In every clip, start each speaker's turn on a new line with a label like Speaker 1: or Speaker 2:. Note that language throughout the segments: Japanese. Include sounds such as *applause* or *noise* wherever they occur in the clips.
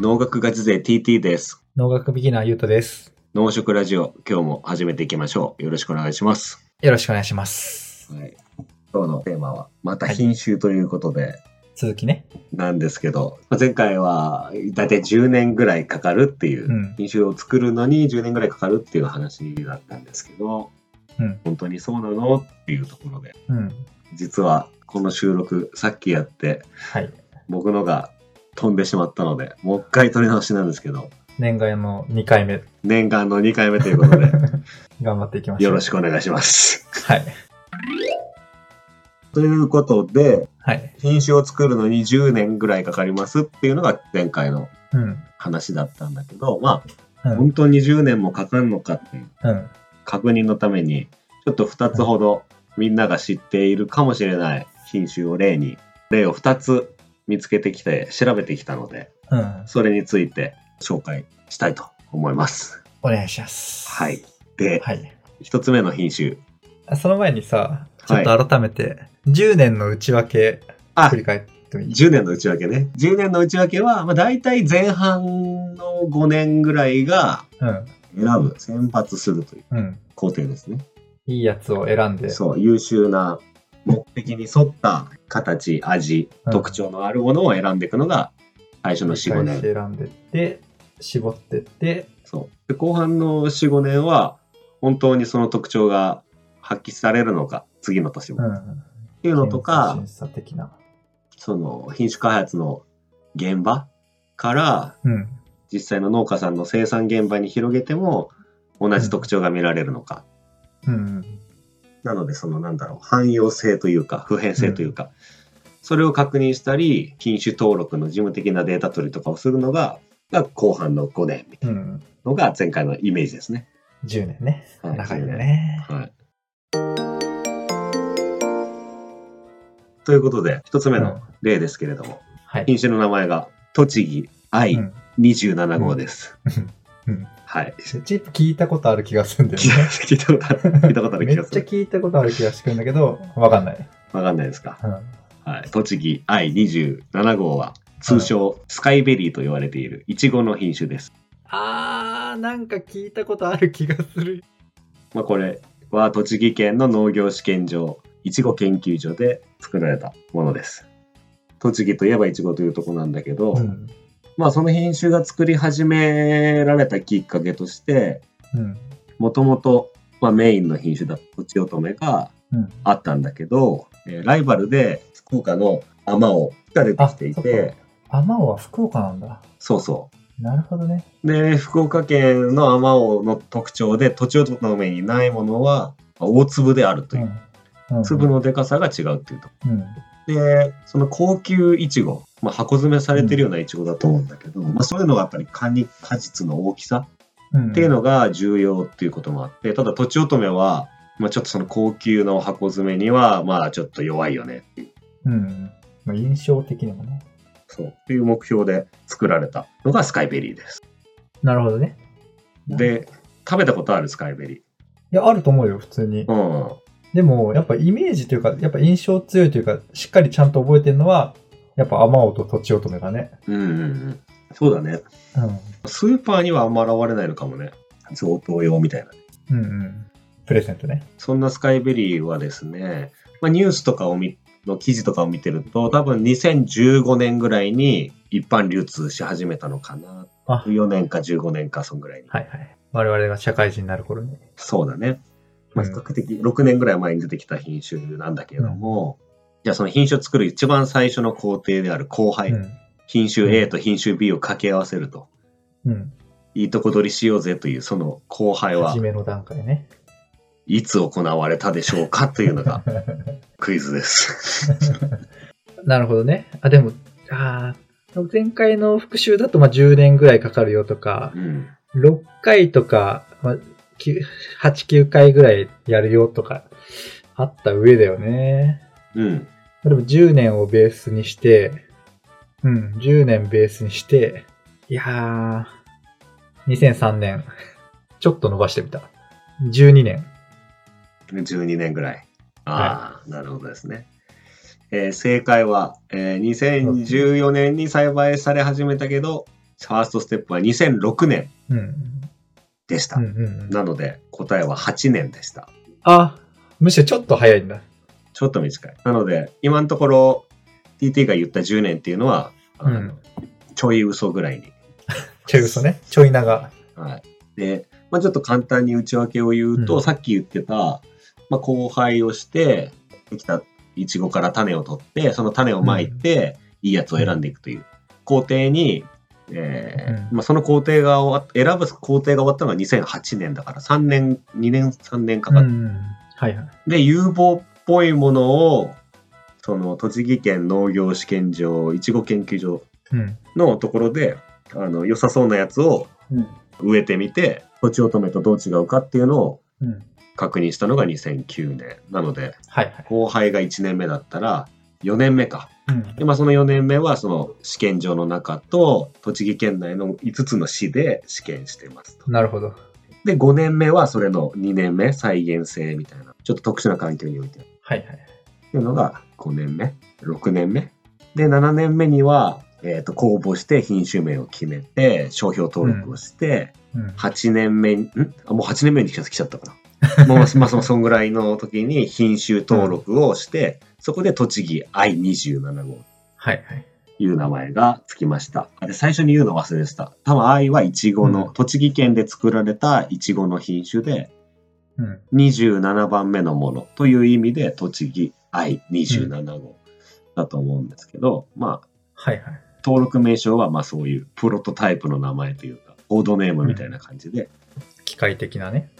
Speaker 1: 農学ガチ勢 TT です。
Speaker 2: 農学ビギナーゆうとです。
Speaker 1: 農食ラジオ、今日も始めていきましょう。よろしくお願いします。
Speaker 2: よろしくお願いします。
Speaker 1: はい。今日のテーマは、また品種ということで、
Speaker 2: 続きね。
Speaker 1: なんですけど、まあ前回は、だいたい10年ぐらいかかるっていう
Speaker 2: う、ん。
Speaker 1: 品種を作るのに10年ぐらいかかるっていう話だったんですけど、
Speaker 2: うん
Speaker 1: 本当にそうなのっていうところで、
Speaker 2: うん。
Speaker 1: 実はこの収録、さっきやって、
Speaker 2: はい。
Speaker 1: 僕のが飛んでしまったので、もう一回撮り直しなんですけど、
Speaker 2: 念願の2回目。 *laughs*
Speaker 1: 念願の2回目ということで、
Speaker 2: 頑張っていきましょう。
Speaker 1: よろし
Speaker 2: く。
Speaker 1: くお願いします。
Speaker 2: はい。
Speaker 1: ということで、
Speaker 2: はい。
Speaker 1: 品種を作るのに10年ぐらいかかりますっていうのが前回の
Speaker 2: うん。
Speaker 1: 話だったんだけど、ま
Speaker 2: う
Speaker 1: あ、
Speaker 2: ん。
Speaker 1: 本当に10年もかかるのかっていう
Speaker 2: うん。
Speaker 1: 確認のために、ちょっと2つほどみんなが知っているかもしれない品種を例に、例を2つ見つけてきて調べてきたので、
Speaker 2: うん。
Speaker 1: それについて紹介したいと思います。
Speaker 2: お願いします。
Speaker 1: はい。。で、
Speaker 2: はい。
Speaker 1: 1つ目の品種。
Speaker 2: あその前にさ、ちょっと改めて、10年の内訳、
Speaker 1: あ
Speaker 2: 振、り返ってもいい
Speaker 1: 10年の内訳ね。10年の内訳は、まあ、大体前半の5年ぐらいが
Speaker 2: うん。
Speaker 1: 選ぶ、選抜するという
Speaker 2: うん。
Speaker 1: 工程ですね。
Speaker 2: いいやつを選んで。
Speaker 1: そう、優秀な目的に沿った形、味、
Speaker 2: うん
Speaker 1: 特徴のあるものを選んでいくのが最初の4、5
Speaker 2: 繰り返
Speaker 1: 年。
Speaker 2: し選んでって、絞ってって、
Speaker 1: そうで後半の4、5年は、本当にその特徴が発揮されるのか、次の年
Speaker 2: う
Speaker 1: も。っ
Speaker 2: ん。
Speaker 1: ていうのとか、
Speaker 2: 審査的な。
Speaker 1: その品種開発の現場から
Speaker 2: うん。
Speaker 1: 実際の農家さんの生産現場に広げても同じ特徴が見られるのか、
Speaker 2: うん。
Speaker 1: なのでそのなんだろう汎用性というか普遍性というか、それを確認したり品種登録の事務的なデータ取りとかをするのがが後半の5年みたい
Speaker 2: うん。
Speaker 1: なのが前回のイメージですね。
Speaker 2: 10年ね。
Speaker 1: はい
Speaker 2: 長いよね。
Speaker 1: はいということで1つ目の例ですけれども、
Speaker 2: はい。
Speaker 1: 品種の名前が栃木
Speaker 2: う
Speaker 1: I
Speaker 2: ん
Speaker 1: 27号です。
Speaker 2: うん。
Speaker 1: はい。
Speaker 2: チップ聞いたことある気がするんだよ
Speaker 1: 聞い
Speaker 2: ね。
Speaker 1: たことある聞いたことある気
Speaker 2: めっち
Speaker 1: が
Speaker 2: ゃ
Speaker 1: する。
Speaker 2: 聞いたことある気がしてくるんだけど、わかんない。
Speaker 1: わかんないですか。
Speaker 2: うん。
Speaker 1: はい。栃木 I27 号は、通称スカイベリーと言われているイチゴの品種です。
Speaker 2: あー、なんか聞いたことある気がする。
Speaker 1: まあ、これは栃木県の農業試験場、いちご研究所で作られたものです。栃木といえばいちごというとこなんだけど、
Speaker 2: うん。
Speaker 1: まあその品種が作り始められたきっかけとして、
Speaker 2: うん。
Speaker 1: もともとまあメインの品種だったとちおとめが
Speaker 2: うん。
Speaker 1: あったんだけど、えーライバルで福岡のアマオが出てきてい
Speaker 2: あそ
Speaker 1: て
Speaker 2: っ、アマオは福岡なんだ。
Speaker 1: そうそ
Speaker 2: なるほどね。
Speaker 1: う。で、福岡県のアマオの特徴で、土地を取った上にないものは、まあ大粒であるという。
Speaker 2: うん。うん、
Speaker 1: 粒のでかさが違うっていうと。
Speaker 2: うん。
Speaker 1: で、その高級いちご、まあ、箱詰めされてるようないちごだと思うんだけど、まあ、そういうのがやっぱり果肉果実の大きさ
Speaker 2: うん。
Speaker 1: っていうのが重要っていうこともあって、ただ、とちおとめは、まあ、ちょっとその高級の箱詰めには、まあ、ちょっと弱いよね
Speaker 2: うん。まあ、印象的にもね。
Speaker 1: そう。っていう目標で作られたのがスカイベリーです。
Speaker 2: なるほどね。
Speaker 1: で、食べたことあるスカイベリ
Speaker 2: いや、あると思うよ、普通に。
Speaker 1: ー。
Speaker 2: でも、やっぱイメージというか、やっぱ印象強いというか、しっかりちゃんと覚えてるのは、やっぱアマオととちおとめだね。
Speaker 1: うん。うんうんうん。そうだね。
Speaker 2: う
Speaker 1: スーパーにはあんま現れないのかもね。贈答用みたいな。
Speaker 2: ん。うんうん。プレゼントね。
Speaker 1: そんなスカイベリーはですね、まあ、ニュースとかを見の記事とかを見てると、多分2015年ぐらいに一般流通し始めたのかな。
Speaker 2: あ
Speaker 1: 4年か15年か、そんぐらいに。
Speaker 2: はいはい。我々が社会人になる頃に。
Speaker 1: そうだね。まあ、
Speaker 2: う
Speaker 1: 比
Speaker 2: ん
Speaker 1: 較的6年ぐらい前に出てきた品種なんだけれども、じゃあその品種を作る一番最初の工程である交配、
Speaker 2: うん。
Speaker 1: 品種 A と品種 B を掛け合わせると、
Speaker 2: うん。
Speaker 1: いいとこ取りしようぜというその交配は
Speaker 2: 初めの段階ね。
Speaker 1: いつ行われたでしょうかというの
Speaker 2: *laughs*
Speaker 1: がクイズです。
Speaker 2: なるほどね。あ、でも、ああ、前回の復習だとまあ10年ぐらいかかるよとか、
Speaker 1: うん、
Speaker 2: 6回とか、まあ、9 8、9回ぐらいやるよとか、あった上だよね。
Speaker 1: うん、
Speaker 2: でも10年をベースにして、うん、10年ベースにして、いやー、2003年、ちょっと伸ばしてみた。12年。
Speaker 1: 12年ぐらい。ああ、なるほどですね。えー正解は、えー2014年に栽培され始めたけど、ファーストステップは2006年
Speaker 2: うん。
Speaker 1: でした。
Speaker 2: うんうんうん。
Speaker 1: なので、答えは8年でした。
Speaker 2: あ、むしろちょっと早いんだ。
Speaker 1: ちょっと短い。なので、今のところ、TT が言った10年っていうのは、あの
Speaker 2: うん
Speaker 1: ちょい嘘ぐらいに。
Speaker 2: ちょい嘘ね。ちょい長。
Speaker 1: はい。で、まあ、ちょっと簡単に内訳を言うと、
Speaker 2: うん
Speaker 1: さっき言ってた、まあ、交配をして、できたイチゴから種を取って、その種をまいて、いいやつを選んでいくという工程に、えー
Speaker 2: うん
Speaker 1: まあ、その工程が終わっ選ぶ工程が終わったのが2008年だから、3年、2年、3年か
Speaker 2: うん
Speaker 1: か
Speaker 2: う
Speaker 1: っ
Speaker 2: ん。はいはい。
Speaker 1: で有望っぽいものをその栃木県農業試験場いちご研究所
Speaker 2: うん。
Speaker 1: のところであの良さそうなやつを
Speaker 2: うん。
Speaker 1: 植えてみてとちおとめとどう違うかっていうのを
Speaker 2: うん。
Speaker 1: 確認したのが2009年なので
Speaker 2: はいはい。
Speaker 1: 後輩が1年目だったら4年目か
Speaker 2: うん。
Speaker 1: で、まあ、その4年目はその試験場の中と栃木県内の5つの市で試験してますと
Speaker 2: なるほど。
Speaker 1: で5年目はそれの2年目再現性みたいなちょっと特殊な環境において
Speaker 2: はいはい。
Speaker 1: っていうのが5年目6年目で7年目には、えー、と公募して品種名を決めて商標登録をして、
Speaker 2: うん。
Speaker 1: 8年目にんあもう8年目に来ちゃ来ちゃったか
Speaker 2: *laughs*
Speaker 1: なもうまあまあそんぐらいの時に品種登録をして、そこで栃木 I27 号
Speaker 2: はいはい。
Speaker 1: という名前がつきましたで最初に言うの忘れてた多分 I はイチゴの、
Speaker 2: うん
Speaker 1: 栃木県で作られたイチゴの品種で
Speaker 2: うん。
Speaker 1: 27番目のものという意味で栃木 I27 号だと思うんですけど、まあ
Speaker 2: はいはい。
Speaker 1: 登録名称はまあそういうプロトタイプの名前というかコードネームみたいな感じで、
Speaker 2: 機械的なね。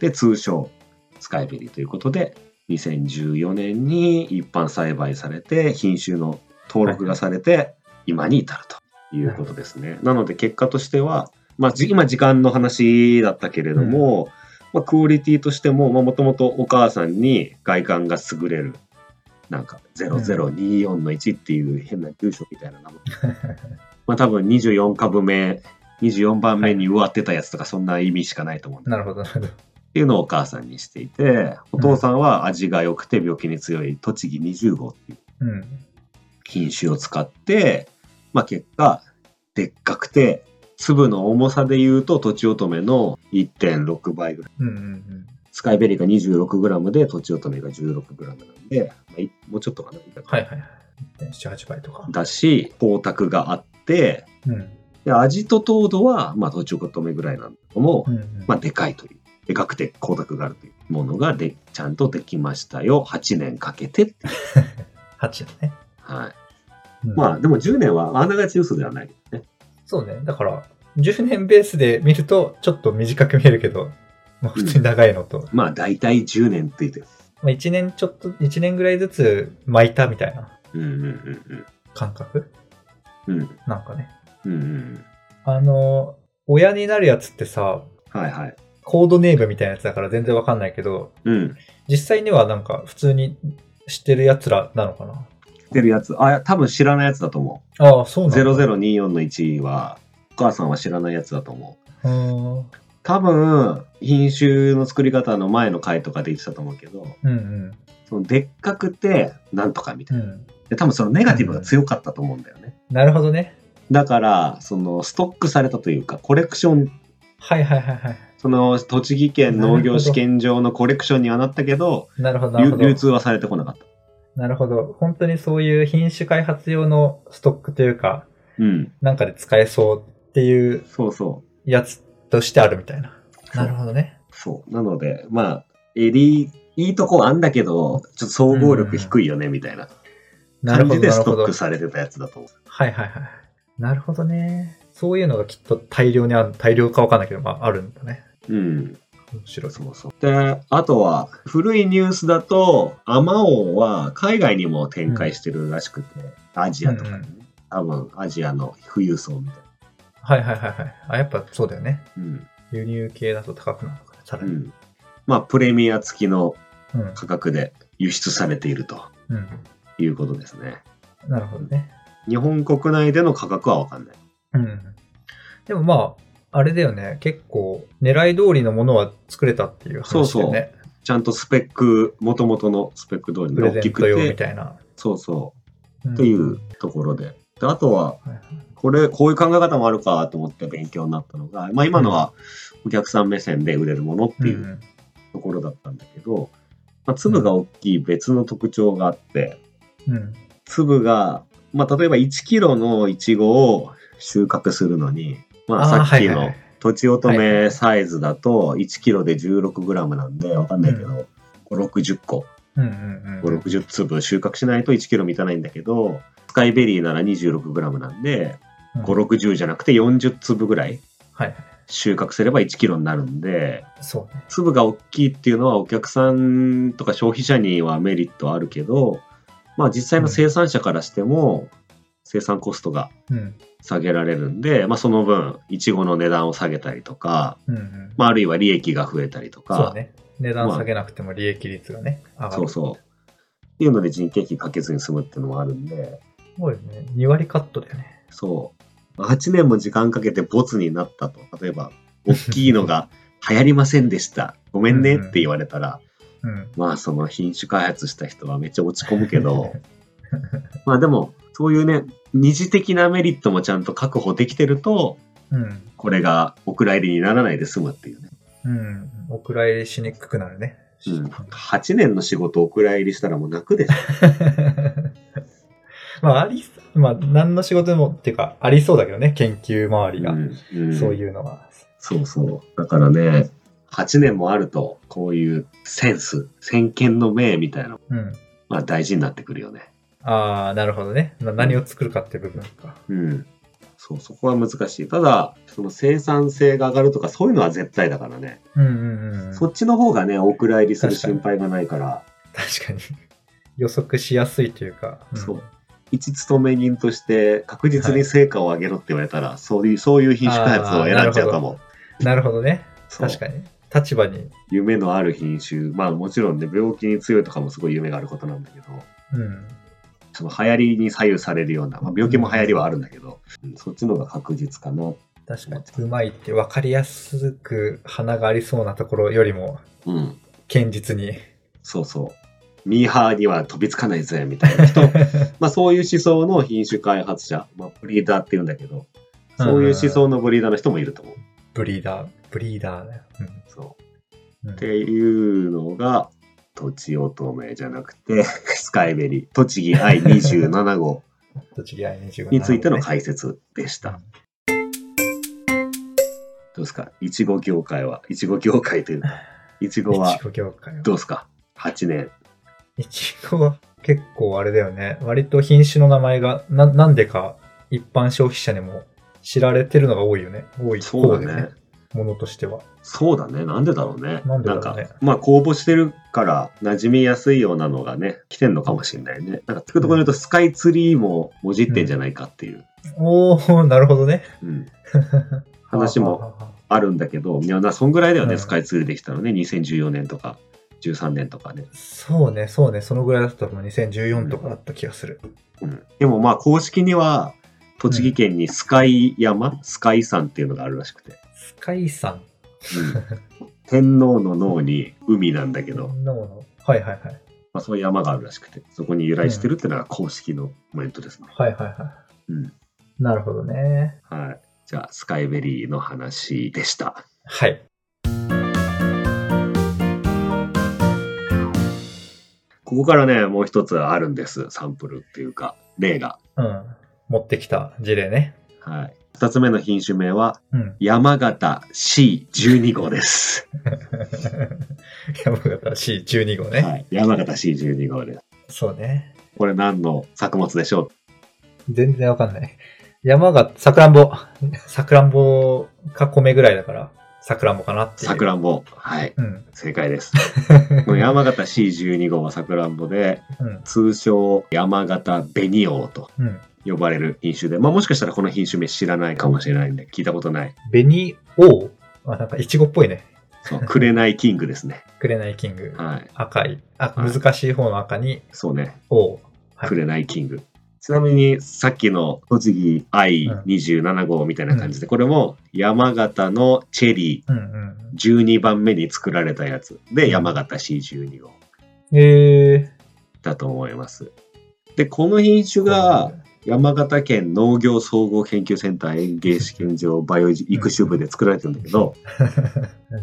Speaker 1: で通称スカイベリーということで2014年に一般栽培されて品種の登録がされて今に至るということですね、なので結果としては、まあ、じ今時間の話だったけれども、まあ、クオリティとしてももともとお母さんに外観が優れるなんか0024の1っていう変な住所みたいな名前、まあ多分24株目24番目に植わってたやつとかそんな意味しかないと思うんだ
Speaker 2: なるほどなるほど。
Speaker 1: っていうのをお母さんにしていて、お父さんは味が良くて病気に強い栃木20号っていう
Speaker 2: うん。
Speaker 1: 品種を使って、まあ結果、でっかくて、粒の重さで言うと、とちおとめの1.6倍ぐらい。
Speaker 2: うんうん
Speaker 1: スカイベリーが 26g で、とちおとめが 16g なんで、まあいもうちょっとかな。
Speaker 2: はいはいはい。7、8倍とか。
Speaker 1: だし、光沢があって、
Speaker 2: うん。
Speaker 1: で味と糖度は、まあ、とちおとめぐらいなんだけども、
Speaker 2: うんうん。
Speaker 1: まあ、でかいという。でかくて光沢があるというものがで、ちゃんとできましたよ。8年かけてっていう。
Speaker 2: 8だね。
Speaker 1: はい。
Speaker 2: うん
Speaker 1: まあ、でも10年はあながち嘘ではない。
Speaker 2: そうね。だから、10年ベースで見ると、ちょっと短く見えるけど、まあ普通に長いのと、
Speaker 1: まあ、大体10年って言って。
Speaker 2: まあ1年ちょっと、1年ぐらいずつ巻いたみたいな
Speaker 1: うんうん
Speaker 2: 感覚
Speaker 1: うんうん。うん
Speaker 2: なんかね。
Speaker 1: うんうん。
Speaker 2: あの、親になるやつってさ、
Speaker 1: はいはい。
Speaker 2: コードネームみたいなやつだから全然わかんないけど、
Speaker 1: うん。
Speaker 2: 実際にはなんか普通に知ってる奴らなのかな
Speaker 1: 知ってるやつ。あ、多分知らないやつだと思
Speaker 2: ああ、そう
Speaker 1: う。
Speaker 2: なんだ。
Speaker 1: 0024の1は、お母さんは知らないやつだと思う。
Speaker 2: うーん。
Speaker 1: 多分、品種の作り方の前の回とかで言ってたと思うけど、
Speaker 2: うん
Speaker 1: そのでっかくて、なんとかみ
Speaker 2: う
Speaker 1: た
Speaker 2: ん。う
Speaker 1: いな。
Speaker 2: ん。
Speaker 1: で、多分そのネガティブが強かったと思うんだよね。
Speaker 2: なるほどね。
Speaker 1: だから、そのストックされたというか、コレクション、
Speaker 2: はいはいはいはい。
Speaker 1: その栃木県農業試験場のコレクションにはなったけど、
Speaker 2: なるほどなる
Speaker 1: 流
Speaker 2: ほど
Speaker 1: 流。通はされてこなかった。
Speaker 2: なるほど。本当にそういう品種開発用のストックというか、
Speaker 1: うん。
Speaker 2: なんかで使えそうっていう
Speaker 1: そうそ
Speaker 2: やつとしてあるみたいな。
Speaker 1: う。
Speaker 2: なるほどね。
Speaker 1: ど。そう。なので、まあ、エリいいとこはあんだけど、ちょっと総合力低いよね、みたいな
Speaker 2: なる
Speaker 1: 感
Speaker 2: ほ
Speaker 1: じ
Speaker 2: ど、
Speaker 1: で
Speaker 2: な
Speaker 1: ス
Speaker 2: る
Speaker 1: ト
Speaker 2: ほ
Speaker 1: ッ
Speaker 2: ど。
Speaker 1: クされてたやつだと思う。
Speaker 2: はいはいはい。なるほどね。そういうのがきっと大量にある、大量かわかんないけど、まああるんだね。
Speaker 1: うん。
Speaker 2: 面白い。
Speaker 1: そうそう。で、あとは、古いニュースだと、アマオは海外にも展開してるらしくて、アジアとかにね。多分、アジアの富裕層みたいな。
Speaker 2: はいはいはいはい。あ、やっぱそうだよね。
Speaker 1: うん。
Speaker 2: 輸入系だと高くなるのかな、さら
Speaker 1: う
Speaker 2: に。
Speaker 1: ん。まあ、プレミア付きの
Speaker 2: うん。
Speaker 1: 価格で輸出されていると
Speaker 2: うん。
Speaker 1: いうことですね。
Speaker 2: なるほどね。
Speaker 1: 日本国内での価格は分かんない。
Speaker 2: うん。でもまあ、あれだよね。結構、狙い通りのものは作れたっていう話だよね。
Speaker 1: ちゃんとスペック、もともとのスペック通り
Speaker 2: プ
Speaker 1: の
Speaker 2: レ
Speaker 1: 大
Speaker 2: ゼ
Speaker 1: き
Speaker 2: ント
Speaker 1: く
Speaker 2: 用み
Speaker 1: て、
Speaker 2: たいな。
Speaker 1: そうそう、
Speaker 2: ん
Speaker 1: というところで。であとは、
Speaker 2: はいはい
Speaker 1: これ、こういう考え方もあるかと思って勉強になったのが、まあ今のはお客さん目線で売れるものっていう
Speaker 2: うん
Speaker 1: ところだったんだけど、まあ、粒が大きい別の特徴があって、
Speaker 2: うん。
Speaker 1: 粒が、まあ例えば1キロのイチゴを収穫するのに、まあ
Speaker 2: あー
Speaker 1: さっき
Speaker 2: はいはいは
Speaker 1: の
Speaker 2: い
Speaker 1: とちおと
Speaker 2: はいは
Speaker 1: めサイズだと1キロで16グラムなんで、わかんないけど、5、60個。
Speaker 2: うんうんうん。
Speaker 1: 5、60粒収穫しないと1キロ満たないんだけど、スカイベリーなら26グラムなんで、
Speaker 2: うん
Speaker 1: 5、60じゃなくて40粒ぐらい
Speaker 2: はい。
Speaker 1: 収穫すれば1キロになるんで、
Speaker 2: そうね。
Speaker 1: 粒が大きいっていうのはお客さんとか消費者にはメリットあるけど、まあ実際の生産者からしても生産コストが
Speaker 2: うん。
Speaker 1: 下げられるんで、まあその分、いちごの値段を下げたりとか、
Speaker 2: うんうん。
Speaker 1: まああるいは利益が増えたりと
Speaker 2: そ
Speaker 1: か
Speaker 2: う、ね。値段下げなくても利益率がね、上がる。
Speaker 1: そうそう。っていうので人件費かけずに済むっていうのもあるんで、
Speaker 2: すごいね。2割カットだよね。
Speaker 1: そう。8年も時間かけてボツになったと。例えば、大きいのが流行りませんでした。ごめんねって言われたら、
Speaker 2: うん。
Speaker 1: まあその品種開発した人はめっちゃ落ち込むけど、まあでも、そういうね、二次的なメリットもちゃんと確保できてると、
Speaker 2: *laughs* うん。
Speaker 1: これがお蔵入りにならないで済むっていうね。
Speaker 2: うん。お蔵入りしにくくなるね。
Speaker 1: うん。8年の仕事お蔵入りしたらもう泣くでしょ。
Speaker 2: *laughs* まあ、あり、まあ、何の仕事でも、っていうか、ありそうだけどね、研究周りが。
Speaker 1: うん
Speaker 2: そう
Speaker 1: うん。
Speaker 2: いうのは。
Speaker 1: そうそう。だからね、8年もあると、こういうセンス、先見の明みたいな
Speaker 2: うん。
Speaker 1: まあ大事になってくるよね。
Speaker 2: ああ、なるほどね。な何を作るかっていう部分か。
Speaker 1: うん。そう、そこは難しい。ただ、その生産性が上がるとか、そういうのは絶対だからね。
Speaker 2: うんうんうん。
Speaker 1: そ
Speaker 2: *laughs* 確
Speaker 1: っちの方がね、お蔵入りする
Speaker 2: 確かに
Speaker 1: 心配がないから、
Speaker 2: かに。予測しやすいというか。ん
Speaker 1: そう。一勤め人として確実に成果を上げろって言われたら、そういう、そういう品種開発を選んじゃうかも。
Speaker 2: なるほどね。
Speaker 1: そう
Speaker 2: 確かに。立場に。
Speaker 1: 夢のある品種、まあもちろんね、病気に強いとかもすごい夢があることなんだけど、
Speaker 2: うん。
Speaker 1: その流行りに左右されるような、まあ、病気も流行りはあるんだけど、うんそっちの方が確実かな。
Speaker 2: 確かに。うまいって分かりやすく花がありそうなところよりも、
Speaker 1: うん。
Speaker 2: 堅実に。
Speaker 1: そうそう。ミーハーには飛びつかないぜ、みたいな
Speaker 2: *laughs*
Speaker 1: 人。まあそういう思想の品種開発者、まあブリーダーって言うんだけど、そういう思想のブリーダーの人もいると思う。
Speaker 2: ブリーダー。ブリーダーだよ。
Speaker 1: そう。
Speaker 2: うん。うん
Speaker 1: っていうのが、とちおとめじゃなくて、 *laughs* スカイベリー、栃木 I27 号
Speaker 2: 栃木 I25
Speaker 1: についての解説でした。どうですかいちご業界は、いちご業界というか、いちご
Speaker 2: い
Speaker 1: は
Speaker 2: ちご業界は
Speaker 1: どうですか ?8 年。
Speaker 2: いちごは結構あれだよね。割と品種の名前がな、なんでか一般消費者にも知られてるのが多いよね。多い
Speaker 1: そうだね。。
Speaker 2: ものとしては。
Speaker 1: そうだね。なんでだろうね。
Speaker 2: なんでだろうね
Speaker 1: なんか、まあ公募してるから馴染みやすいようなのがね、来てんのかもしれないね。なんか、聞くところによると、スカイツリーももじってんじゃないかっていう、
Speaker 2: おー、なるほどね。
Speaker 1: うん *laughs* 話もあるんだけど、いや、なそんぐらいだよね、
Speaker 2: うん
Speaker 1: スカイツリーできたのね。2014年とか、13年とかね。
Speaker 2: そうね、そうね。そのぐらいだったもん。2014とかだった気がする。
Speaker 1: うん。でもまあ、公式には、栃木県にスカイ山、スカイ山っていうのがあるらしく *laughs* て。
Speaker 2: スカイさん
Speaker 1: うん、天皇の脳に海なんだけど、
Speaker 2: のもの。はいはいはい。
Speaker 1: まあ、そういう山があるらしくて、そこに由来してるっていうのが公式のコメントですね。
Speaker 2: はいはいは
Speaker 1: うん。
Speaker 2: い。なるほどね。
Speaker 1: はい。じゃあ、スカイベリーの話でした。
Speaker 2: はい。
Speaker 1: ここからね、もう一つあるんです。サンプルっていうか、例が。
Speaker 2: うん。持ってきた事例ね。
Speaker 1: はい。二つ目の品種名は、
Speaker 2: うん。 *laughs*
Speaker 1: 山形 C12 号です。
Speaker 2: 山形 C12 号ね。
Speaker 1: はい。山形 C12 号です。
Speaker 2: そうね。
Speaker 1: これ何の作物でしょ
Speaker 2: 全然わかんない。山が、さくらんぼ。さくらんぼか米ぐらいだから、さくらんぼかなっ
Speaker 1: う
Speaker 2: ていう。
Speaker 1: さくらんぼ。はい。
Speaker 2: うん。
Speaker 1: 正解です。この山形 C12 号はさくらんぼで、
Speaker 2: うん。
Speaker 1: 通称山形紅王と
Speaker 2: うん。
Speaker 1: 呼ばれる品種で、まあもしかしたらこの品種名知らないかもしれないんで、聞いたことない。
Speaker 2: 紅王あ、なんかイチゴっぽいね。 *laughs*
Speaker 1: そう、紅キングですね。
Speaker 2: 紅キング。
Speaker 1: はい。
Speaker 2: 赤い。あ、
Speaker 1: はい
Speaker 2: 難しい方の赤に
Speaker 1: そうね。
Speaker 2: 王。はい
Speaker 1: くれないキング。ちなみに、さっきの栃木 I27 号みたいな感じで、これも山形のチェリ
Speaker 2: うんうん
Speaker 1: ー12番目に作られたやつで、山形 C12 号。
Speaker 2: えー。
Speaker 1: だと思います。で、この品種が、山形県農業総合研究センター園芸試験場バイオ育種部で作られてるんだけど、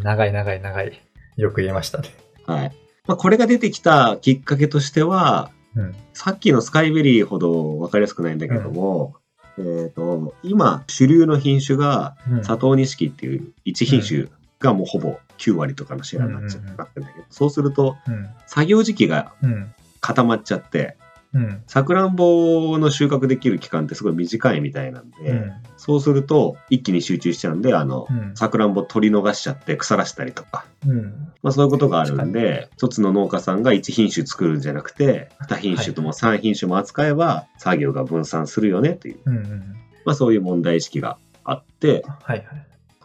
Speaker 2: 長い長い長い。よく言えましたね。
Speaker 1: はい。まあ、これが出てきたきっかけとしては、
Speaker 2: うん。
Speaker 1: さっきのスカイベリーほど分かりやすくないんだけども、えっ、と、今、主流の品種が、
Speaker 2: うん
Speaker 1: 佐藤錦っていう一品種がもうほぼ9割とかのシェアになっちゃ
Speaker 2: うんうんうん
Speaker 1: なってるんだけど、そうすると、
Speaker 2: うん。
Speaker 1: 作業時期が
Speaker 2: うん。
Speaker 1: 固まっちゃって、
Speaker 2: うん。
Speaker 1: さくらんぼの収穫できる期間ってすごい短いみたいなんで、
Speaker 2: うん。
Speaker 1: そうすると一気に集中しちゃうんで、あの
Speaker 2: う、ん。
Speaker 1: さくらんぼ取り逃しちゃって腐らしたりとか、
Speaker 2: うん。
Speaker 1: まあ、そういうことがあるんで、一つの農家さんが一品種作るんじゃなくて、二品種とも三品種も扱えば作業が分散するよねという、
Speaker 2: うんうん。
Speaker 1: まあ、そういう問題意識があって、
Speaker 2: はいはい。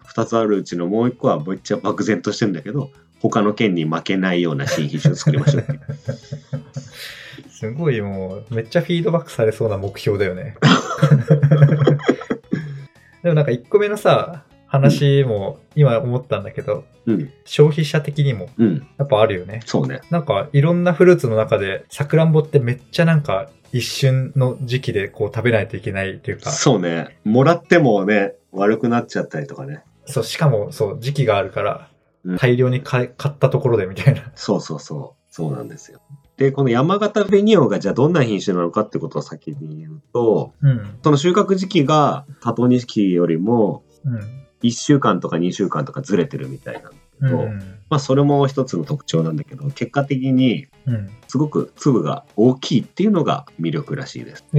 Speaker 1: 二つあるうちのもう一個はめっちゃ漠然としてるんだけど、他の県に負けないような新品種を作りましょう
Speaker 2: *laughs*
Speaker 1: っていう
Speaker 2: すごいもう、めっちゃフィードバックされそうな目標だ
Speaker 1: *laughs*
Speaker 2: よね。でもなんか1個目のさ、話も今思ったんだけど、
Speaker 1: うん、
Speaker 2: 消費者的にも
Speaker 1: うん、
Speaker 2: やっぱあるよね。
Speaker 1: そうね。
Speaker 2: なんかいろんなフルーツの中で、さくらんぼってめっちゃなんか一瞬の時期でこう食べないといけないというか、
Speaker 1: そうね。もらってもね、悪くなっちゃったりとかね。
Speaker 2: そう、しかもそう、時期があるから
Speaker 1: うん、
Speaker 2: 大量に買え買ったところでみたいな。
Speaker 1: そうそうそう。そうなんですよ。で、この山形紅王がじゃあどんな品種なのかってことを先に言うと、
Speaker 2: うん。
Speaker 1: その収穫時期が多頭錦よりも
Speaker 2: うん。
Speaker 1: 1週間とか2週間とかずれてるみたいなんだけ
Speaker 2: う
Speaker 1: ど、
Speaker 2: ん。
Speaker 1: まあそれも一つの特徴なんだけど、結果的に
Speaker 2: うん。
Speaker 1: すごく粒が大きいっていうのが魅力らしいです。
Speaker 2: え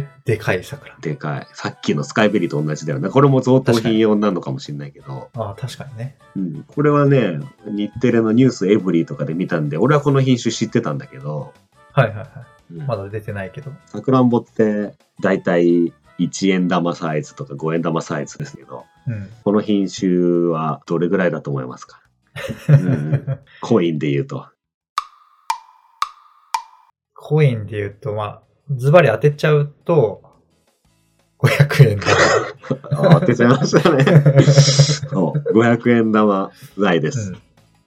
Speaker 2: ー、でかい桜。
Speaker 1: でかい。さっきのスカイベリーと同じだよね。これも贈答
Speaker 2: 確か
Speaker 1: 品
Speaker 2: に
Speaker 1: 用になるのかもしれないけど、
Speaker 2: ああ、確かにね。
Speaker 1: うん、これはね、日テレのニュースエブリーとかで見たんで、俺はこの品種知ってたんだけど、
Speaker 2: はいはいはい。
Speaker 1: うん
Speaker 2: まだ出てないけど。
Speaker 1: さくらんぼって大体1円玉サイズとか5円玉サイズですけど
Speaker 2: うん。
Speaker 1: この品種はどれぐらいだと思いますか、うん、コインで言うと
Speaker 2: *laughs* コインで言うと、まあ、ズバリ当てちゃうと、500円だ。
Speaker 1: *laughs* あ当てちゃいました
Speaker 2: *laughs*
Speaker 1: ねそう500円玉ないです、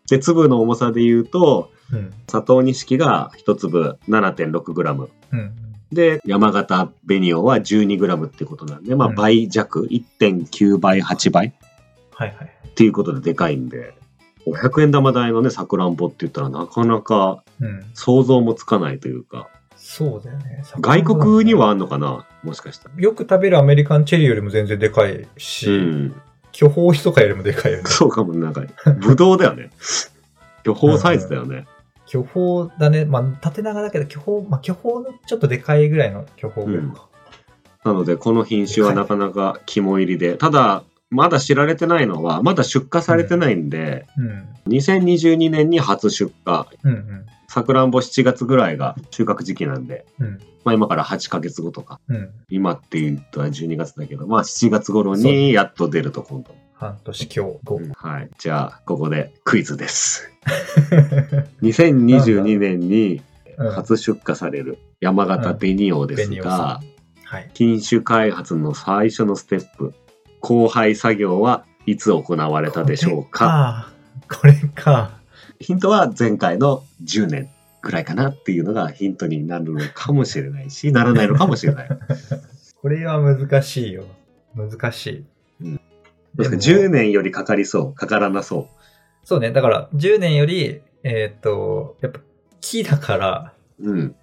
Speaker 1: で粒の重さで言うと
Speaker 2: うん。うん。
Speaker 1: 佐藤錦が1粒 7.6g
Speaker 2: うん。
Speaker 1: で山形紅王は 12g ってことなんで、まあ、
Speaker 2: うん
Speaker 1: 倍弱1.9倍8倍
Speaker 2: はいはい。
Speaker 1: っていうことででかいんで500円玉代のねさくらんぼって言ったらなかなか
Speaker 2: うん。
Speaker 1: 想像もつかないというか
Speaker 2: そうだよね。
Speaker 1: 外国にはあんのかなもしかしたら。
Speaker 2: よく食べるアメリカンチェリーよりも全然でかいし、
Speaker 1: うん、
Speaker 2: 巨峰比とかよりもでかい
Speaker 1: *laughs*
Speaker 2: よね。
Speaker 1: そうかもなんかブドウだよね巨峰サイズだよね、
Speaker 2: 巨峰だね。まあ、縦長だけど、巨峰、まあ、巨峰のちょっとでかいぐらいの巨峰ぐらいか。
Speaker 1: なのでこの品種はなかなか肝入りでただまだ知られてないのはまだ出荷されてないんで、
Speaker 2: うん。
Speaker 1: 2022年に初出荷
Speaker 2: うんうん。
Speaker 1: さくらんぼ7月ぐらいが収穫時期なんで、
Speaker 2: うん。
Speaker 1: まあ、今から8ヶ月後とか
Speaker 2: うん。
Speaker 1: 今っていうとは12月だけど、まあ7月頃にやっと出ると今度。
Speaker 2: 半年
Speaker 1: *laughs*
Speaker 2: 強後。
Speaker 1: うんはい。じゃあ、ここでクイズです。2022年に
Speaker 2: うん。
Speaker 1: 初出荷される山形紅王です
Speaker 2: 紅王さ
Speaker 1: が、
Speaker 2: はい。
Speaker 1: 品種開発の最初のステップ、交配作業はいつ行われたでしょうか
Speaker 2: これか。これか。
Speaker 1: ヒントは前回の10年ぐらいかなっていうのがヒントになるのかもしれないし、ならないのかもしれない。
Speaker 2: これは難しいよ。難しい。
Speaker 1: どうですか10年よりかかりそう、かからなそ
Speaker 2: そうね。だから、10年より、えーっと、やっぱ、木だから、
Speaker 1: う。うん。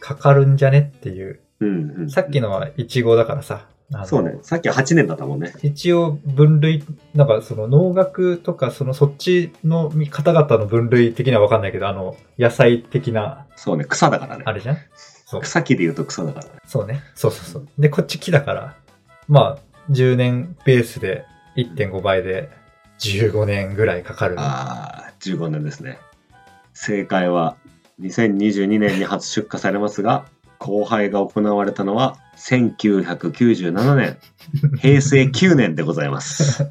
Speaker 2: かかるんじゃねっていう。
Speaker 1: うん、うん。
Speaker 2: さっきのはイチゴだからさ。あの
Speaker 1: そうね。。さっきは8年だったもんね。
Speaker 2: 一応分類、なんかその農学とかそのそっちの方々の分類的にはわかんないけど、あの野菜的な、
Speaker 1: そうね。草だからね
Speaker 2: あ。れじゃんそう。
Speaker 1: 草木で言うと草だからね。
Speaker 2: そうね。そうそうそう。で、こっち木だから、まあ10年ベースで1.5倍で15年ぐらいかかる。
Speaker 1: ああ、15年ですね。正解は、2022年に初出荷されますが、交配が行われたのは、1997年、
Speaker 2: *laughs*
Speaker 1: 平成9年でございます。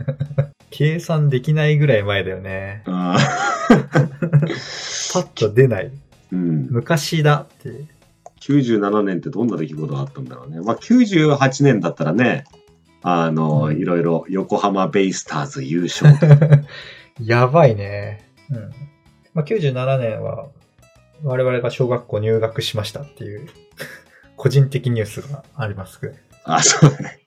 Speaker 2: 計算できないぐらい前だよね。
Speaker 1: あ
Speaker 2: パ
Speaker 1: ー
Speaker 2: ッと出ない。
Speaker 1: うん、
Speaker 2: 昔だっていう。
Speaker 1: 97年ってどんな出来事があったんだろうね。まあ、98年だったらね、あの、
Speaker 2: うん
Speaker 1: いろいろ横浜ベイスターズ優勝 *laughs* とか
Speaker 2: *laughs* やばいね。うん。まあ、97年は、我々が小学校入学しましたっていう、 *laughs* 個人的ニュースがありますけど。
Speaker 1: あ、そうだね。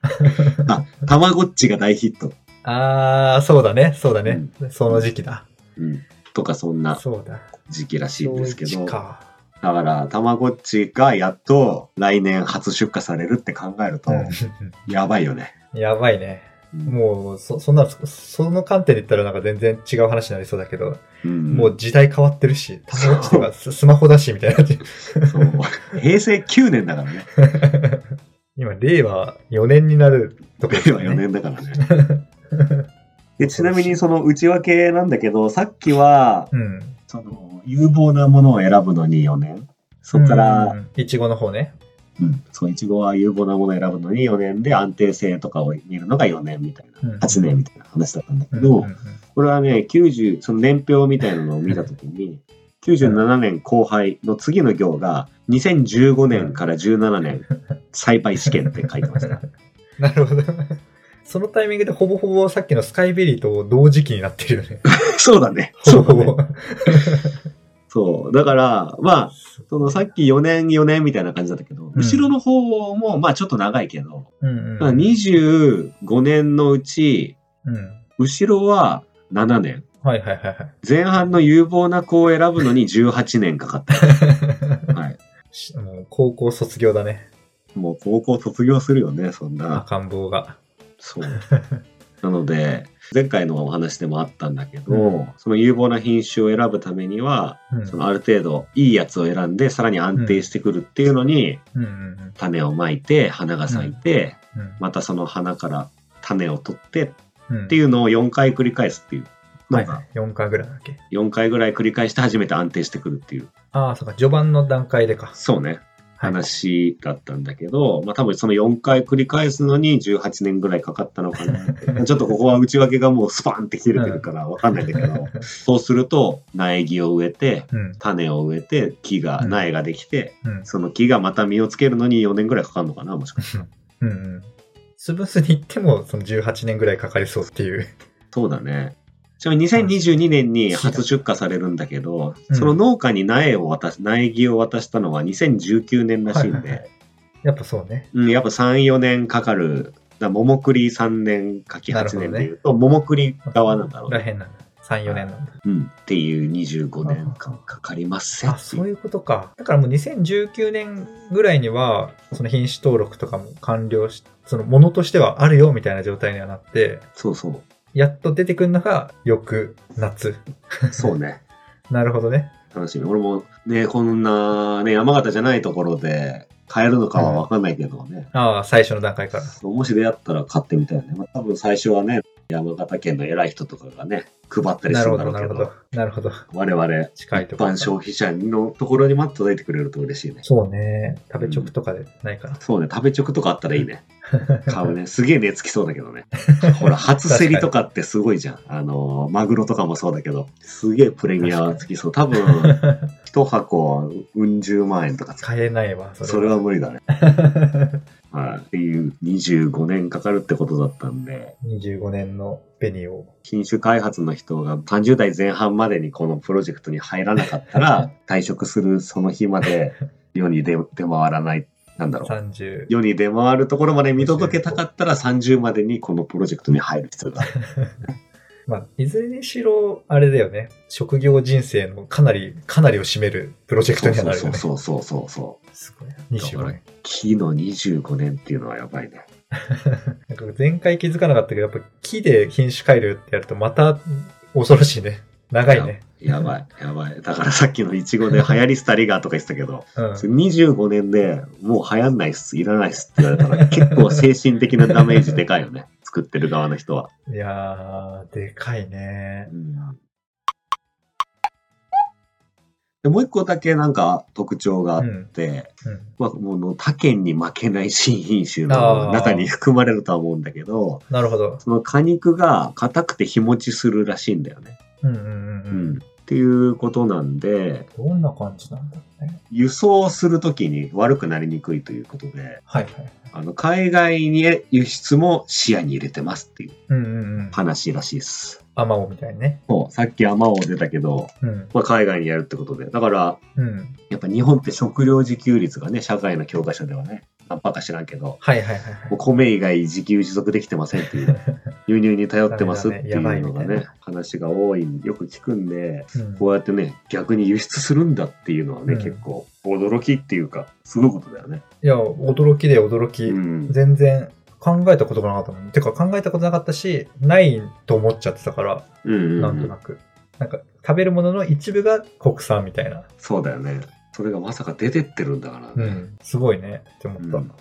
Speaker 1: あ、たまごっちが大ヒット。
Speaker 2: あー、そうだね、そうだね。その時期だ。
Speaker 1: うん。とか、そんな
Speaker 2: そうだ。
Speaker 1: 時期らしいんですけ
Speaker 2: 正
Speaker 1: ど。
Speaker 2: 直
Speaker 1: だ
Speaker 2: か。
Speaker 1: から、たまごっちがやっと来年初出荷されるって考えると、やばいよね。
Speaker 2: *laughs* やばいね。
Speaker 1: も
Speaker 2: もう、そ、そんな、そその観点で言ったらなんか全然違う話になりそうだけど、
Speaker 1: うん、
Speaker 2: もう時代変わってるし、タブレットと
Speaker 1: そ
Speaker 2: かススマホだし、みたいな感じ。
Speaker 1: そう、平成9年だからね。
Speaker 2: 今、令和4年になるとこです
Speaker 1: 令
Speaker 2: よ
Speaker 1: 和
Speaker 2: ね。
Speaker 1: 4年だからね。 *laughs* でちなみにその内訳なんだけど、さっきは、
Speaker 2: うん。
Speaker 1: その有望なものを選ぶのに4年。そこから、
Speaker 2: うん、いちごの方ね。
Speaker 1: うん、そう、いちごは有望なものを選ぶのに4年で安定性とかを見るのが4年みたい
Speaker 2: うん
Speaker 1: な、8年みたいな話だったんだけ
Speaker 2: うん
Speaker 1: ど、
Speaker 2: うんうん
Speaker 1: これはね、90、その年表みたいなのを見たときに、97年後輩の次の行が、2015年から17年栽培試験って書いてま
Speaker 2: *laughs*
Speaker 1: した。
Speaker 2: なるほど。 *laughs* そのタイミングでほぼほぼさっきのスカイベリーと同時期になってるよね。
Speaker 1: そうだね。*laughs*
Speaker 2: ほ
Speaker 1: そ
Speaker 2: ぼ
Speaker 1: うだ
Speaker 2: ほ
Speaker 1: ね。
Speaker 2: ぼ。
Speaker 1: そう。だから、まあ、そのさっき4年4年みたいな感じだったけど、後ろの方も、まあちょっと長いけど、
Speaker 2: うん
Speaker 1: まあ25年のうち、
Speaker 2: うん。
Speaker 1: 後ろは7年。
Speaker 2: はいはいはいはい。
Speaker 1: 前半の有望な子を選ぶのに18年かか
Speaker 2: *laughs*
Speaker 1: った。はい。
Speaker 2: し *laughs* もう高校卒業だね。
Speaker 1: もう高校卒業するよね、そんな。
Speaker 2: 赤ん坊が。
Speaker 1: そう。 *laughs* なので、前回のお話でもあったんだけど、その有望な品種を選ぶためには、
Speaker 2: うん
Speaker 1: そのある程度いいやつを選んで、さらに安定してくるっていうのに、
Speaker 2: うんうん
Speaker 1: 種をまいて、花が咲いて、
Speaker 2: うん
Speaker 1: またその花から種を取って
Speaker 2: うん。
Speaker 1: っていうのを4回繰り返すっていう。
Speaker 2: は
Speaker 1: ないんか
Speaker 2: はい、4回ぐらいだっけ。
Speaker 1: 4回ぐらい繰り返して初めて安定してくるっていう。
Speaker 2: ああ、そうか、序盤の段階でか。
Speaker 1: そうね。
Speaker 2: はい *laughs*
Speaker 1: 話だったんだけど、まあ多分その4回繰り返すのに18年ぐらいかかったのか
Speaker 2: *laughs*
Speaker 1: な。ちょっとここは内訳がもうスパンって切れてるからわかんないんだけど、そうすると苗木を植えて、
Speaker 2: うん。 *laughs*
Speaker 1: 種を植えて、木が、
Speaker 2: うん
Speaker 1: 苗ができて、
Speaker 2: うん。
Speaker 1: その木がまた実をつけるのに4年ぐらいかかるのかな、もしかしたら。
Speaker 2: うんうん。潰すに行っても、その18年ぐらいかかりそうっていう。
Speaker 1: そうだね。ちなみに2022年に初出荷されるんだけど、
Speaker 2: うん
Speaker 1: その農家に苗を渡し、苗木を渡したのは2019年らしいん
Speaker 2: はいはいは
Speaker 1: で、
Speaker 2: やっぱそうね。
Speaker 1: うん、やっぱ3、4年かかる。だ桃栗3年かき
Speaker 2: なる
Speaker 1: 8
Speaker 2: ほど
Speaker 1: 年
Speaker 2: ね
Speaker 1: でいうと、桃栗側なんだろう
Speaker 2: ら
Speaker 1: ね。
Speaker 2: へんなんだ。3、4年なんだ。
Speaker 1: うん、っていう25年間かかります
Speaker 2: あ、そう
Speaker 1: う
Speaker 2: いうことか。だからもう2019年ぐらいには、その品種登録とかも完了し、そのものとしてはあるよみたいな状態にはなって、
Speaker 1: そうそう。
Speaker 2: やっと出てくるのが、翌夏。
Speaker 1: そうね。
Speaker 2: なるほどね。
Speaker 1: 楽しみ。俺もね、こんなね、山形じゃないところで買えるのかはわかんないけどね。
Speaker 2: ああ、最初の段階から。
Speaker 1: そうもし出会ったら買ってみたいよね。まあ、多分最初はね、山形県の偉い人とかがね、配ったり
Speaker 2: な
Speaker 1: す
Speaker 2: る
Speaker 1: るんだ
Speaker 2: ほど、
Speaker 1: ろう
Speaker 2: な
Speaker 1: け
Speaker 2: る
Speaker 1: ど、
Speaker 2: ほど。なるほど。
Speaker 1: 我々、
Speaker 2: 近いと
Speaker 1: 一
Speaker 2: ころ。
Speaker 1: 般消費者のところにも届いてくれると嬉しいね。
Speaker 2: そうね。食べ直とかでないかな。
Speaker 1: そうね、食べ直とかあったらいいね。買うね。すげえ値つきそうだけどね。ほ
Speaker 2: *laughs*
Speaker 1: ら、初競りとかってすごいじゃん。あのー、マグロとかもそうだけど、すげえプレミアつきそう。多分、一箱、うん十万円とかつく
Speaker 2: 買えないわ、それ
Speaker 1: それは無理だね。はい。っていう、25年かかるってことだったんで、
Speaker 2: 25年の紅を。
Speaker 1: 品種開発の人が30代前半までにこのプロジェクトに入らなかったら、退職するその日まで世に出出回らない、なんだろう。
Speaker 2: 30。
Speaker 1: 世に出回るところまで見届けたかったら30までにこのプロジェクトに入る必要がある。
Speaker 2: まあ、いずれにしろ、あれだよね。職業人生のかなり、かなりを占めるプロジェクトにはなるよね。
Speaker 1: そうそうそうそう。
Speaker 2: すごいな。25年。
Speaker 1: 木の25年っていうのはやばいね。
Speaker 2: *laughs* なんか前回気づかなかったけど、やっぱ木で品種改良ってやるとまた恐ろしいね。長いね。
Speaker 1: やばい、やばい。だからさっきのイチゴで流行りすたりがとか言ってたけど、
Speaker 2: うん。
Speaker 1: 25年でもう流行んないっす、いらないっすって言われたら結構精神的なダメージでかいよね。作ってる側の人は。
Speaker 2: いやー、でかいね。
Speaker 1: でもう一個だけなんか特徴があ
Speaker 2: う
Speaker 1: っ
Speaker 2: ん。
Speaker 1: て、
Speaker 2: うん。
Speaker 1: まあ、もう他県に負けない新品種の中に含まれるとは思うんだけど、
Speaker 2: なるほど。
Speaker 1: その果肉が硬くて日持ちするらしいんだよね。
Speaker 2: うんうんうん。うん、
Speaker 1: っていうことなんで、
Speaker 2: どんな感じなんだろうね。
Speaker 1: 輸送するときに悪くなりにくいということで、
Speaker 2: はいはい。
Speaker 1: あの海外に輸出も視野に入れてますっていう
Speaker 2: うんうんうん。
Speaker 1: 話らしいです。
Speaker 2: アマオみたいにね。
Speaker 1: そうさっきアマオ出たけど、
Speaker 2: うん。
Speaker 1: まあ、海外にやるってことで。だから、
Speaker 2: うん。
Speaker 1: やっぱ日本って食料自給率がね、社会の教科書ではね、何パか知らんけど、
Speaker 2: はいはいはい
Speaker 1: もう米以外自給自足できてませんって
Speaker 2: *laughs*
Speaker 1: いう、
Speaker 2: は
Speaker 1: 輸入に頼ってますっていうの
Speaker 2: ダ
Speaker 1: が
Speaker 2: メだねやばいみたい
Speaker 1: ね、話が多い、よく聞くんで、
Speaker 2: い。うん
Speaker 1: こうやってね、逆に輸出するんだっていうのはね、
Speaker 2: うん
Speaker 1: 結構驚きっていうか、すごいことだよね。
Speaker 2: いや、驚きで驚き。
Speaker 1: うん。
Speaker 2: 全然考えたことがなかったもん。てか考えたことなかったし、ないと思っちゃってたから、
Speaker 1: うんうんう
Speaker 2: なん
Speaker 1: ん
Speaker 2: となく。なんか、食べるものの一部が国産みたいな。
Speaker 1: そうだよね。それがまさか出てってるんだからね。
Speaker 2: うん。すごいねって思った。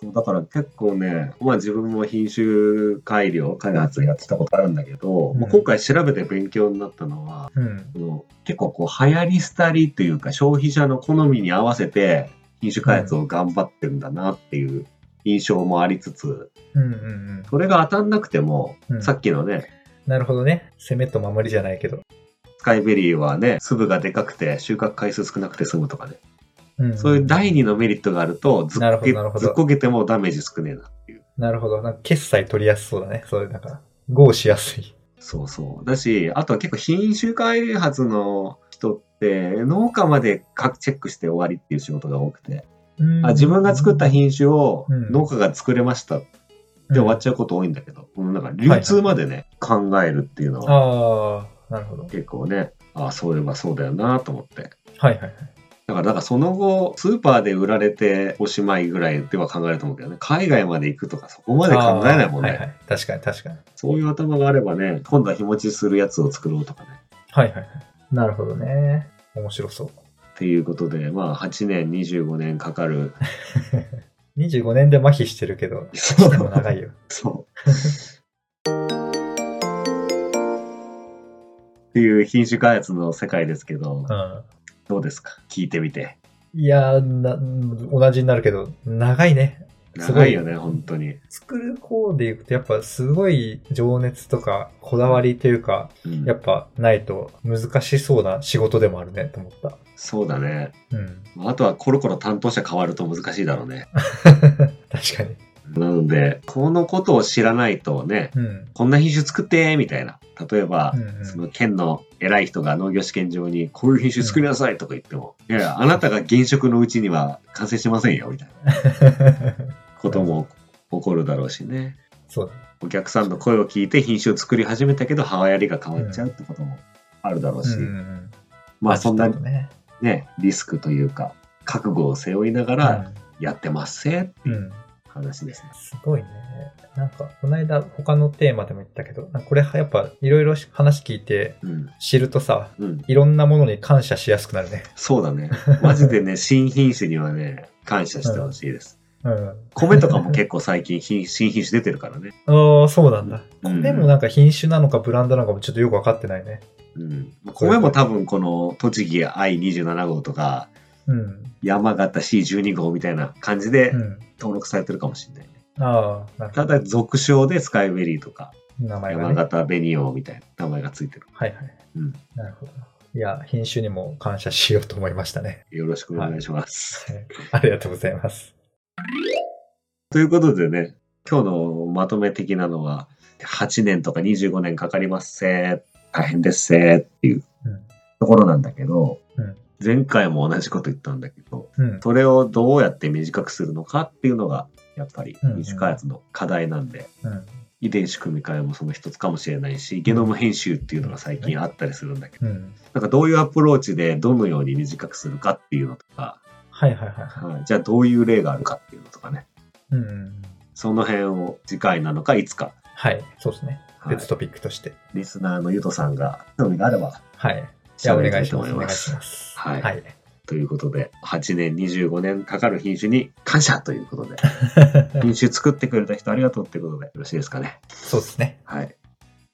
Speaker 1: そうだから結構ね、まあ、自分も品種改良開発やってたことあるんだけど、
Speaker 2: うん
Speaker 1: まあ今回調べて勉強になったのは
Speaker 2: うん。
Speaker 1: その結構こう流行り廃りというか消費者の好みに合わせて品種開発を頑張ってんだなっていう印象もありつつ
Speaker 2: うんうん
Speaker 1: それが当たんなくても、
Speaker 2: うん
Speaker 1: さっきのね
Speaker 2: なるほどね。攻めと守りじゃないけど。
Speaker 1: スカイベリーはね粒がでかくて収穫回数少なくて済むとかね、
Speaker 2: うん
Speaker 1: そういう第二のメリットがあるとずっ
Speaker 2: なるほ
Speaker 1: こ
Speaker 2: ど
Speaker 1: け
Speaker 2: なるほど
Speaker 1: ずっこけてもダメージ少ねえなっていう。
Speaker 2: なるほど。なんか決済取りやすそうだね。そういう、なんか、合しやすい。
Speaker 1: そうそう。だし、あとは結構品種開発の人って、農家まで各チェックして終わりっていう仕事が多くて、あ自分が作った品種を
Speaker 2: うん
Speaker 1: 農家が作れましたって
Speaker 2: で
Speaker 1: 終わっちゃうこと多いんだけど、このなんか流通までね、考えるっていうのは
Speaker 2: ああ、なるほど。
Speaker 1: 結構ね、ああ、そういえばそうだよなと思って。
Speaker 2: はいはいはい。
Speaker 1: だから、だからその後、スーパーで売られておしまいぐらいでは考えると思うけどね、海外まで行くとかそこまで考えないもんね。
Speaker 2: あーはいはい。確かに確かに。
Speaker 1: そういう頭があればね、今度は日持ちするやつを作ろうとかね。
Speaker 2: はいはいはい。なるほどね。面白そう。
Speaker 1: っていうことで、まあ、8年、25年かかる。
Speaker 2: 25年で麻痺してるけど、
Speaker 1: そ
Speaker 2: でも長いよ。
Speaker 1: *laughs* そう。っていう品種開発の世界ですけど、
Speaker 2: うん。
Speaker 1: どうですか聞いてみて。
Speaker 2: いやーな、同じになるけど、長いね。すご
Speaker 1: 長
Speaker 2: い
Speaker 1: いよね、本当に。
Speaker 2: 作る方でいくと、やっぱすごい情熱とか、こだわりというか、
Speaker 1: うん
Speaker 2: やっぱないと難しそうな仕事でもあるね、と思った。
Speaker 1: そうだね。
Speaker 2: うん。
Speaker 1: あとはコロコロ担当者変わると難しいだろうね。
Speaker 2: *laughs* 確かに。
Speaker 1: なので、このことを知らないとね、
Speaker 2: うん。
Speaker 1: こんな品種作ってみたいな。例えば、
Speaker 2: うんうん
Speaker 1: その県の偉い人が農業試験場にこういう品種作りなさいとか言っても、いやいや、あなたが現職のうちには完成しませんよみたいなことも起こるだろうしね。
Speaker 2: *laughs* そうだね。
Speaker 1: お客さんの声を聞いて品種を作り始めたけど、ハワイアリが変わっちゃうってこともあるだろうし、
Speaker 2: うんうんうん
Speaker 1: まあそんな
Speaker 2: ちょっとね。
Speaker 1: ね、リスクというか、覚悟を背負いながらやってますせって
Speaker 2: う
Speaker 1: い
Speaker 2: ん。う
Speaker 1: うん話ですね。
Speaker 2: すごいね。なんか、この間他のテーマでも言ったけど、なんかこれやっぱいろいろ話聞いて
Speaker 1: うん。
Speaker 2: 知るとさ、
Speaker 1: うん。
Speaker 2: いろんなものに感謝しやすくなるね。
Speaker 1: そうだ *laughs* ね。マジでね、新品種にはね、感謝してほしいです。
Speaker 2: うん。
Speaker 1: *laughs* 米とかも結構最 *laughs* 近品新品種出てるからね。
Speaker 2: *laughs* ああ、そうなんだ。
Speaker 1: うん
Speaker 2: でもなんか品種なのかブランドなのかもちょっとよくわかってないね。
Speaker 1: うん、米も多分この栃木 I27 号とか
Speaker 2: うん。
Speaker 1: 山形 C12 号みたいな感じで
Speaker 2: うん。
Speaker 1: 登録されてるかもしれないね、
Speaker 2: ああ、なんか
Speaker 1: ただ俗称でスカイベリーとか
Speaker 2: 名前が、ね。
Speaker 1: 山形ベニオみたいな名前がついてる、
Speaker 2: はいはい。
Speaker 1: うん、
Speaker 2: なるほど。いや、品種にも感謝しようと思いましたね。
Speaker 1: よろしくお願いします、
Speaker 2: はいありがとうございます。
Speaker 1: ということでね今日のまとめ的なのは8年とか25年かかりますせー大変ですせーっていう
Speaker 2: うん
Speaker 1: ところなんだけど、
Speaker 2: うん
Speaker 1: 前回も同じこと言ったんだけど
Speaker 2: うん。
Speaker 1: それをどうやって短くするのかっていうのが、やっぱり品種開発の課題なんで、
Speaker 2: うん。
Speaker 1: 遺伝子組み換えもその一つかもしれないし、ゲノム編集っていうのが最近あったりするんだけど、
Speaker 2: うん。
Speaker 1: なんかどういうアプローチでどのように短くするかっていうのとか、
Speaker 2: はいはいはいはい。
Speaker 1: じゃあどういう例があるかっていうのとかね、
Speaker 2: うんうんうん。
Speaker 1: その辺を次回なのかいつか、
Speaker 2: はい。そうですね。
Speaker 1: はい
Speaker 2: 別トピックとして。
Speaker 1: リスナーのゆとさんが *laughs* 興味があれば、
Speaker 2: はい。じゃあお
Speaker 1: 喋り
Speaker 2: 願
Speaker 1: た
Speaker 2: いし
Speaker 1: と
Speaker 2: ま
Speaker 1: 思
Speaker 2: す。お願いします。
Speaker 1: はい
Speaker 2: はい。
Speaker 1: ということで、8年、25年かかる品種に感謝ということ
Speaker 2: *laughs*
Speaker 1: で、品種作ってくれた人ありがとうってことで、よろしいですかね。
Speaker 2: そうですね。
Speaker 1: はい。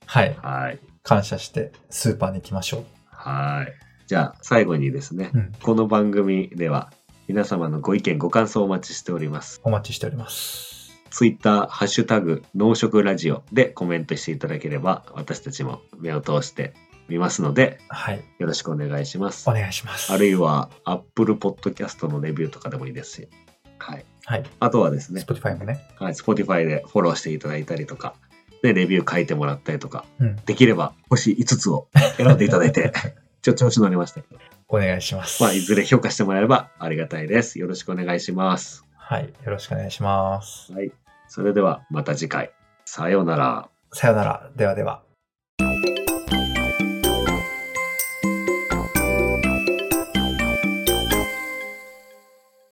Speaker 2: はい。
Speaker 1: はい。
Speaker 2: 感謝してスーパーに行きましょう。
Speaker 1: はい。じゃあ最後にですね、
Speaker 2: うん
Speaker 1: この番組では皆様のご意見ご感想をお待ちしております。
Speaker 2: お待ちしております。
Speaker 1: ツイッター、ハッシュタグ、農食ラジオでコメントしていただければ私たちも目を通して見ますので
Speaker 2: はい。
Speaker 1: よろしくお願いします
Speaker 2: お。願いします。
Speaker 1: あるいは Apple Podcast のレビューとかでもいいですし、はい。
Speaker 2: はい。
Speaker 1: あとはですね、
Speaker 2: Spotify もね。
Speaker 1: はい、Spotify でフォローしていただいたりとか、ね、レビュー書いてもらったりとか、
Speaker 2: うん
Speaker 1: できれば星5つを選んでいただいて、 *laughs* ちょっと調子乗りましたけど、
Speaker 2: お願いします。
Speaker 1: まあ、いずれ評価してもらえればありがたいです。よろしくお願いします。
Speaker 2: はい。よろしくお願いします。
Speaker 1: はい。それではまた次回。さようなら。
Speaker 2: さよなら。ではでは。